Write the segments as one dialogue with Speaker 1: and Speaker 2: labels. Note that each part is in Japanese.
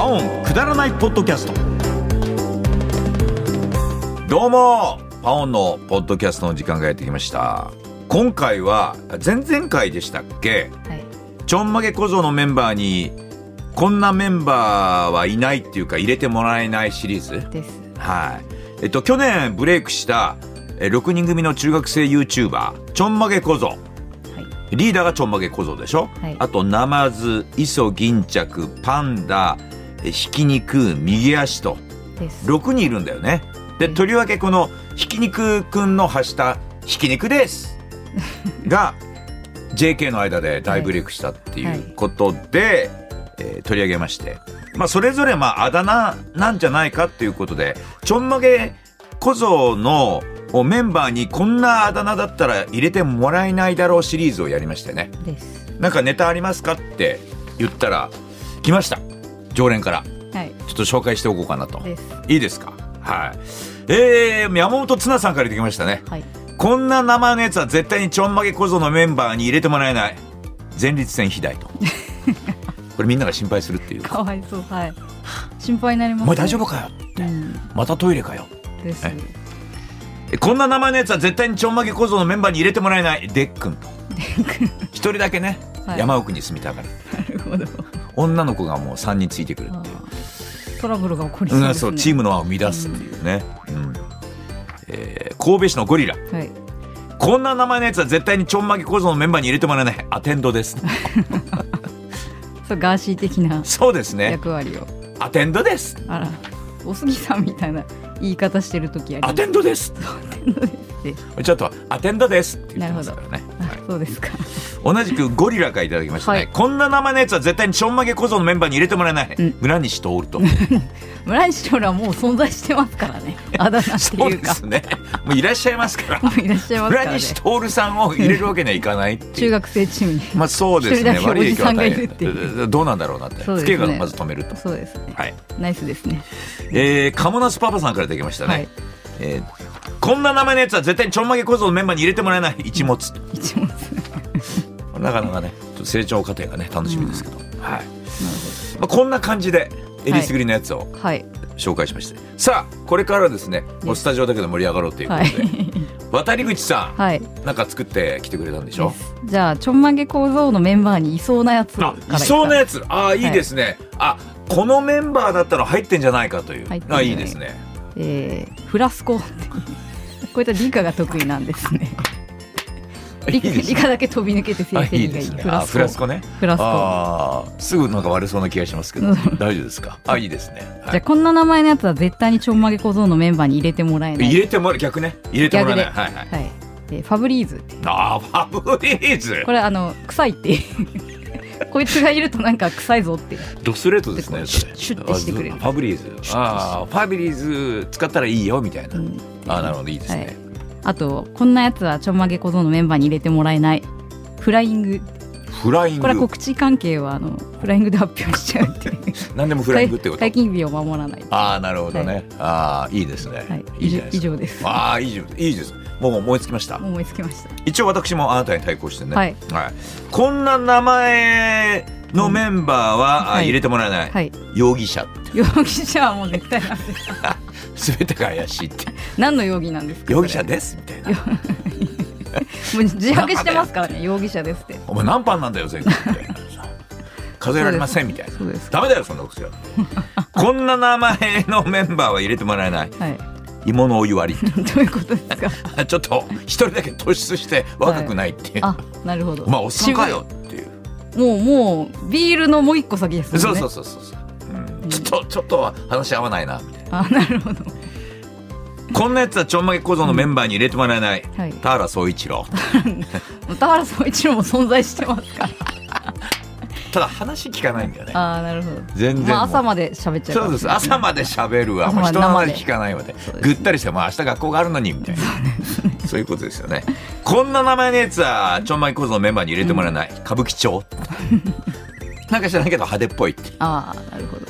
Speaker 1: オンくだらないポッドキャストどうもパオンのポッドキャストの時間がやってきました今回は前々回でしたっけ
Speaker 2: はい、
Speaker 1: ちょんまげ小僧のメンバーにこんなメンバーはいないっていうか入れてもらえないシリーズ
Speaker 2: です。
Speaker 1: はい。えっと、去年ブレイクした、えー6人組の中学生 YouTuber、ちょんまげ小僧。リーダーがちょんまげ小僧でしょ、
Speaker 2: はい
Speaker 1: あと、ナマズ、磯銀着、パンダ、えーひき肉、右足と、
Speaker 2: です。
Speaker 1: 6人いるんだよね。で、
Speaker 2: うん
Speaker 1: とりわけこの、ひき肉くんの発した、ひき肉です が、JK の間で大ブレイクしたっていうことで、えー取り上げまして、まあ、それぞれまああだ名なんじゃないかっていうことでちょんまげ小僧のメンバーにこんなあだ名だったら入れてもらえないだろうシリーズをやりましてね
Speaker 2: です。
Speaker 1: なんかネタありますかって言ったら来ました常連からち
Speaker 2: はい。
Speaker 1: ょっと紹介しておこうかなと
Speaker 2: です。
Speaker 1: いいですかはいえー、山本綱さんから出てきましたね
Speaker 2: はい。
Speaker 1: こんな名前のやつは絶対にちょんまげ小僧のメンバーに入れてもらえない前立腺肥大 とこれみんなが心配するっていう
Speaker 2: かわいそう。はい。心配になります、
Speaker 1: お前大丈夫かよ
Speaker 2: うん。
Speaker 1: またトイレかよ
Speaker 2: です。
Speaker 1: はいえこんな名前のやつは絶対にちょんまげ小僧のメンバーに入れてもらえないでっくんと一人だけね、
Speaker 2: はい
Speaker 1: 山奥に住みたがる
Speaker 2: なるほど。
Speaker 1: 女の子がもう3人ついてくる
Speaker 2: あ
Speaker 1: っていう
Speaker 2: ートラブルが起こりそう
Speaker 1: う
Speaker 2: で
Speaker 1: ん
Speaker 2: す、
Speaker 1: そ
Speaker 2: ね
Speaker 1: うチームの輪を乱すっていうね、うんえー神戸市のゴリラ
Speaker 2: はい。
Speaker 1: こんな名前のやつは絶対にちょんまげ小僧のメンバーに入れてもらえないアテンド です
Speaker 2: そうガーシー的な
Speaker 1: そうですね
Speaker 2: 役割を。
Speaker 1: アテンドです
Speaker 2: あら、おすぎさんみたいな言い方してる時ありま
Speaker 1: ア
Speaker 2: す。
Speaker 1: テンド です
Speaker 2: で
Speaker 1: ちょっとアテンドですって言ってますからね、
Speaker 2: あそうですか。
Speaker 1: 同じくゴリラからいただきましたね、
Speaker 2: はい
Speaker 1: こんな名前のやつは絶対にちょんまげ小僧のメンバーに入れてもらえない、
Speaker 2: うん
Speaker 1: 村西徹 と
Speaker 2: 村西ローラはもう存在してますからね。あだ名って
Speaker 1: そう
Speaker 2: いう
Speaker 1: で
Speaker 2: か。
Speaker 1: すねもういらっしゃいます から
Speaker 2: もういらっしゃいますか
Speaker 1: 村
Speaker 2: らね。
Speaker 1: 西徹さんを入れるわけにはいかないっていう
Speaker 2: 中学生チームに。
Speaker 1: まあそうですね
Speaker 2: 一人だけおじさんがいるっていう
Speaker 1: 悪影響を与えないどうなんだろうなって
Speaker 2: そう
Speaker 1: 不
Speaker 2: ですね
Speaker 1: 景がまず止めると
Speaker 2: そうですね。
Speaker 1: はい
Speaker 2: ナイスですね。
Speaker 1: えー、カモナスパパさんからいただきましたね、
Speaker 2: はい
Speaker 1: えーこんな名前のやつは絶対にちょんまげ小僧のメンバーに入れてもらえない一物
Speaker 2: 一問。なる
Speaker 1: なかなかねちょっと成長過程がね楽しみですけど、はいまあ、こんな感じでえりすぐりのやつを
Speaker 2: ほど。はい。
Speaker 1: 紹介しまして、さあこれからはですねもうスタジオだけで盛り上がろうということ
Speaker 2: は
Speaker 1: で、
Speaker 2: い。
Speaker 1: 渡り口さん、
Speaker 2: はい。
Speaker 1: なんか作ってきてくれたんでしょ
Speaker 2: じゃあちょんまげ構造のメンバーにいそうなやつから
Speaker 1: あ
Speaker 2: い
Speaker 1: いそうな
Speaker 2: や
Speaker 1: やつああいいですね、あこのメンバーだったら入ってんじゃないかという
Speaker 2: 入ってんじゃ
Speaker 1: あ
Speaker 2: ない
Speaker 1: いいですね
Speaker 2: えーフラスコってこういった理科が得意なんですね
Speaker 1: い
Speaker 2: 理
Speaker 1: いです
Speaker 2: 理
Speaker 1: ね
Speaker 2: 科だけ飛び抜けて成
Speaker 1: あいい
Speaker 2: 績が
Speaker 1: で
Speaker 2: いい
Speaker 1: すね
Speaker 2: フラ
Speaker 1: あ
Speaker 2: スコ
Speaker 1: フラスコね
Speaker 2: フラスコ
Speaker 1: ああすぐなんか割れそうな気がしますけど
Speaker 2: うん
Speaker 1: 大丈夫ですかあいいです ね、は
Speaker 2: じゃあ
Speaker 1: い、
Speaker 2: こんな名前のやつは絶対にちょんまげ構造のメンバーに入れてもらえない
Speaker 1: 入れてもらう逆ね入れてもらえない
Speaker 2: 逆
Speaker 1: はいはい
Speaker 2: はいえーファブリーズって
Speaker 1: あーファブリーズ
Speaker 2: これあの臭いって こいつがいるとなんか臭いぞって
Speaker 1: ドストレートですね
Speaker 2: シ
Speaker 1: そ
Speaker 2: ュッ
Speaker 1: れ
Speaker 2: シュッてしてくれる
Speaker 1: あファブリーズああファブリーズ使ったらいいよみたいな、
Speaker 2: うん
Speaker 1: ああなるほどいいですね、
Speaker 2: はいあとこんなやつはちょんまげ小僧のメンバーに入れてもらえないフライング
Speaker 1: フライン
Speaker 2: これは
Speaker 1: グ
Speaker 2: 告知関係はあのフライングで発表しちゃうっていう
Speaker 1: 何で もフライングってこと
Speaker 2: 解禁日を守らない。は
Speaker 1: ああなるほどね、ああいいですね、
Speaker 2: い、
Speaker 1: い
Speaker 2: 以
Speaker 1: じゃ
Speaker 2: 上
Speaker 1: ないで
Speaker 2: 以
Speaker 1: すか
Speaker 2: 上です。も
Speaker 1: ああいいじゃんいいですもう思いつきました
Speaker 2: う思いつきました。
Speaker 1: 一応私もあなたに対抗してね
Speaker 2: はい、
Speaker 1: こんな名前のメンバーは、あ
Speaker 2: はい
Speaker 1: 入れてもらえない、
Speaker 2: はい、
Speaker 1: 容疑者って
Speaker 2: 容疑者はもう絶対なんです。
Speaker 1: 全てが怪しい って
Speaker 2: 何の容疑なんです か。
Speaker 1: 容疑者
Speaker 2: これ
Speaker 1: ですみたいな
Speaker 2: もう自白してますからね、容疑者ですって。
Speaker 1: お前何番なんだよ 全部みたいなさ数えられませんみたいな
Speaker 2: そうです。
Speaker 1: ダメだよそんなこと よこんな名前のメンバーは入れてもらえない
Speaker 2: はい、
Speaker 1: 芋のお湯割り
Speaker 2: どういう ことです か。
Speaker 1: ちょっと一人だけ突出して若くないっていう、
Speaker 2: あ、なるほど。
Speaker 1: まあおっさんかよっていう
Speaker 2: 渋い。もうもうビールのもう一個先ですもんね。
Speaker 1: そうそうそうそうそう、うん、ちょっとちょっと話合わないなみたいな
Speaker 2: あ、なるほど。
Speaker 1: こんなやつはちょんまげ小僧のメンバーに入れてもらえない、
Speaker 2: はい
Speaker 1: 田原総一郎
Speaker 2: 田原総一郎も存在してますから。
Speaker 1: ただ話聞かないんだよね
Speaker 2: あー、なるほど。
Speaker 1: 全然もう
Speaker 2: まあ朝まで喋っちゃうか
Speaker 1: そう
Speaker 2: も
Speaker 1: で
Speaker 2: し
Speaker 1: す
Speaker 2: れない。
Speaker 1: 朝まで喋るわ
Speaker 2: 朝
Speaker 1: もう
Speaker 2: まで
Speaker 1: 人の前で聞かないわで
Speaker 2: そうです
Speaker 1: ぐったりしてもう明日学校があるのにみたいなそういうことですよねこんな名前のやつはちょんまい構造のメンバーに入れてもらえない、歌舞伎町なんか知らないけど派手っぽいって
Speaker 2: あー、なるほど。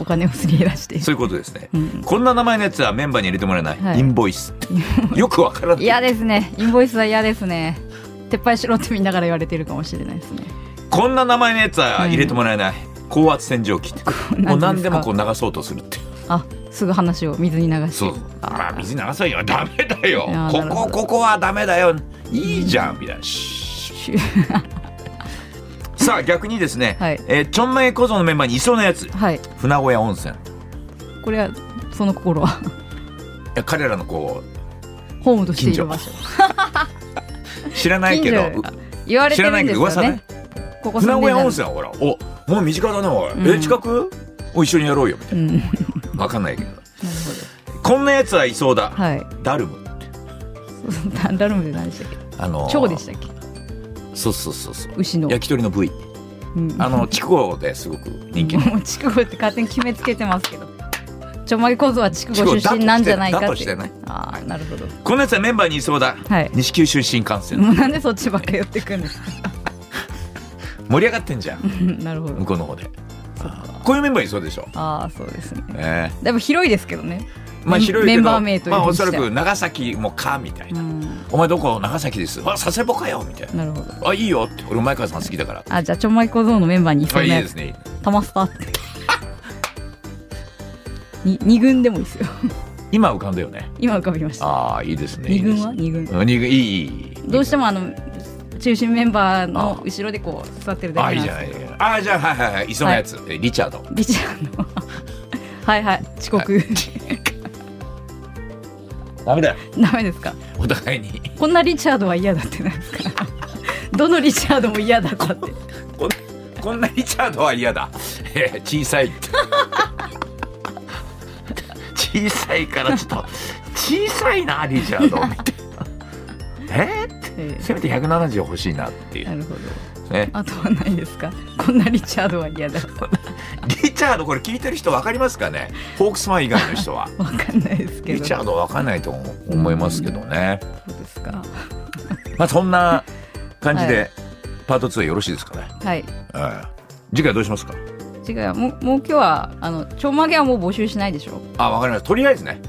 Speaker 2: お金をすり減らして。
Speaker 1: そういうことですね、
Speaker 2: うん
Speaker 1: こんな名前のやつはメンバーに入れてもらえない、
Speaker 2: はい
Speaker 1: インボイス よくわからない
Speaker 2: 嫌ですねインボイスは嫌ですね撤廃しろって見ながら言われてるかもしれないですね
Speaker 1: こんな名前のやつは入れてもらえない、高圧洗浄機って
Speaker 2: う
Speaker 1: もう
Speaker 2: な
Speaker 1: 何
Speaker 2: んていうんですか
Speaker 1: でもこう流そうとするっていう
Speaker 2: あすぐ話を水に流して
Speaker 1: そうあ
Speaker 2: あ
Speaker 1: あ水流そうよ ダメだよ
Speaker 2: いやー
Speaker 1: こ
Speaker 2: なるほ
Speaker 1: こ
Speaker 2: ど
Speaker 1: ここはダメだよいいじゃんみたいなシュッ
Speaker 2: シュ
Speaker 1: さあ逆にですね、
Speaker 2: はい
Speaker 1: えーちょんまげ小僧のメンバーにいそうなやつ
Speaker 2: はい
Speaker 1: 船小屋温泉い
Speaker 2: これはその心は
Speaker 1: や彼らのこう
Speaker 2: ホームとしている場所
Speaker 1: 知らないけど
Speaker 2: 近所言われてるんですよ
Speaker 1: 知らない
Speaker 2: ね
Speaker 1: け
Speaker 2: ここ
Speaker 1: 船
Speaker 2: 住ん
Speaker 1: 小
Speaker 2: でん
Speaker 1: 屋
Speaker 2: じ
Speaker 1: 温泉
Speaker 2: ゃん
Speaker 1: はほらおもう身近だねおい、
Speaker 2: う
Speaker 1: え
Speaker 2: ん
Speaker 1: 近くお一緒にやろうよみたい
Speaker 2: うんなる
Speaker 1: なわかんないけど
Speaker 2: ほ
Speaker 1: こんなやつはいそうだ、
Speaker 2: どはい
Speaker 1: ダルム
Speaker 2: ダンダルムで何でしたっけ
Speaker 1: あのー
Speaker 2: 蝶でしたっけ
Speaker 1: そうそうそうそう
Speaker 2: 牛の
Speaker 1: 焼き鳥の部位
Speaker 2: うん
Speaker 1: あ の筑後ですごく人気の
Speaker 2: もう筑後って勝手に決めつけてますけどちょんまげ小僧は筑後出身なんじゃないかってい
Speaker 1: 筑後
Speaker 2: う
Speaker 1: だとして
Speaker 2: ああなるほど
Speaker 1: こんなやつはメンバーにいそうだ、
Speaker 2: はい
Speaker 1: 西九州新幹線
Speaker 2: もうなんでそっちばっか寄ってくんですか
Speaker 1: 盛り上がってんじゃん
Speaker 2: うん なるほ
Speaker 1: 向
Speaker 2: ど
Speaker 1: こうの方でこういうメンバーいそうでしょ、
Speaker 2: ああそうですね
Speaker 1: ね
Speaker 2: だいぶ広いですけどね
Speaker 1: まあ
Speaker 2: メン
Speaker 1: 広いけど
Speaker 2: メンバー名という
Speaker 1: まあ
Speaker 2: ふう
Speaker 1: お
Speaker 2: にして
Speaker 1: そらく長崎もかみたいうな、
Speaker 2: ん
Speaker 1: お前どこ長崎ですあ佐世保かよみたいな
Speaker 2: なるほど
Speaker 1: あいいよって俺前川さん好きだから
Speaker 2: あじゃあちょんまげ小僧のメンバーにいそ
Speaker 1: あ
Speaker 2: う
Speaker 1: いい
Speaker 2: な
Speaker 1: で
Speaker 2: や
Speaker 1: す
Speaker 2: つ
Speaker 1: ね
Speaker 2: 玉スタって に二軍でもいいですよ
Speaker 1: 今浮かんだよね
Speaker 2: 今浮かびました
Speaker 1: ああいいですね
Speaker 2: 二軍はい
Speaker 1: い
Speaker 2: 二軍
Speaker 1: ですねうん二軍いいいい
Speaker 2: どうして
Speaker 1: も
Speaker 2: もあの中心メンバー
Speaker 1: あ
Speaker 2: の後ろでこう座ってるだ
Speaker 1: あ
Speaker 2: け
Speaker 1: いい
Speaker 2: なん
Speaker 1: じゃ
Speaker 2: です
Speaker 1: ないああじゃあはいはいはい磯のやつ、えリチャード
Speaker 2: ビチャの はいはい遅刻、
Speaker 1: ダメだよ
Speaker 2: ダメですか
Speaker 1: お互いに
Speaker 2: こんなリチャードは嫌だってなんですか どのリチャードも嫌だったって
Speaker 1: こんこんなリチャードは嫌だ。えー小さいって。小さいからちょっと小さいなリチャー ドみたいな。えーって
Speaker 2: え
Speaker 1: せめて170欲しいなってい
Speaker 2: えな
Speaker 1: う、
Speaker 2: るほど
Speaker 1: ね、
Speaker 2: あとはないですかこんなリチャードは嫌だ
Speaker 1: リチャードこれ聞いてる人分かりますかねホークスマン以外の人は
Speaker 2: わかんないです け
Speaker 1: リ
Speaker 2: ど
Speaker 1: チャード分かんないと思思いますけどね、
Speaker 2: そうですか
Speaker 1: まあ、そんな感じ
Speaker 2: は
Speaker 1: でパート2よろしいですかね、
Speaker 2: はい
Speaker 1: ええ次回どうしますか
Speaker 2: 違うもうもう今日はあのちょんまげはもう募集しないでしょ
Speaker 1: あ、わかりました。とりあえずね。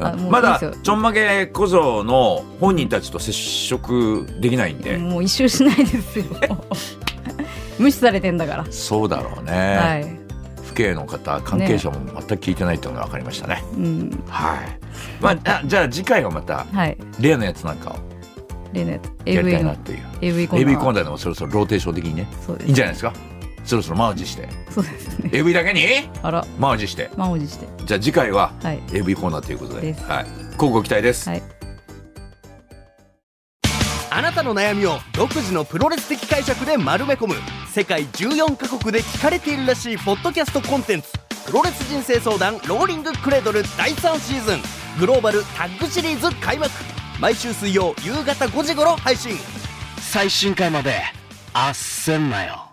Speaker 2: あもう
Speaker 1: ま
Speaker 2: いい
Speaker 1: だ
Speaker 2: ですよ
Speaker 1: ちょんまげ小僧の本人たちと接触できないんで、
Speaker 2: もう一周しないですよ 無視されてんだから、
Speaker 1: そうだろうね、
Speaker 2: はい、
Speaker 1: 府警の方関係者も全く聞いてないっていうのが分かりましたね
Speaker 2: うん、
Speaker 1: はい、まああ、じゃあ次回はまた
Speaker 2: はい
Speaker 1: 例のやつなんかを
Speaker 2: 例のやつ
Speaker 1: やりた
Speaker 2: AV
Speaker 1: いなっ
Speaker 2: の
Speaker 1: ていう
Speaker 2: AV コーナー
Speaker 1: AV コーナーでもそろそろローテーション的にね
Speaker 2: そうです
Speaker 1: いいんじゃないですかそろそろマージして
Speaker 2: そうですね
Speaker 1: AV だけに
Speaker 2: あら
Speaker 1: マージして
Speaker 2: 満を持して
Speaker 1: じゃあ次回は
Speaker 2: はい
Speaker 1: AV コーナーということで、
Speaker 2: で
Speaker 1: は
Speaker 2: す
Speaker 1: い、乞うご期待です、
Speaker 2: はい
Speaker 3: あなたの悩みを独自のプロレス的解釈で丸め込む世界14カ国で聞かれているらしいポッドキャストコンテンツ「プロレス人生相談ローリングクレードル」第3シーズングローバルタッグシリーズ開幕毎週水曜夕方5時頃配信最新回まであっせんなよ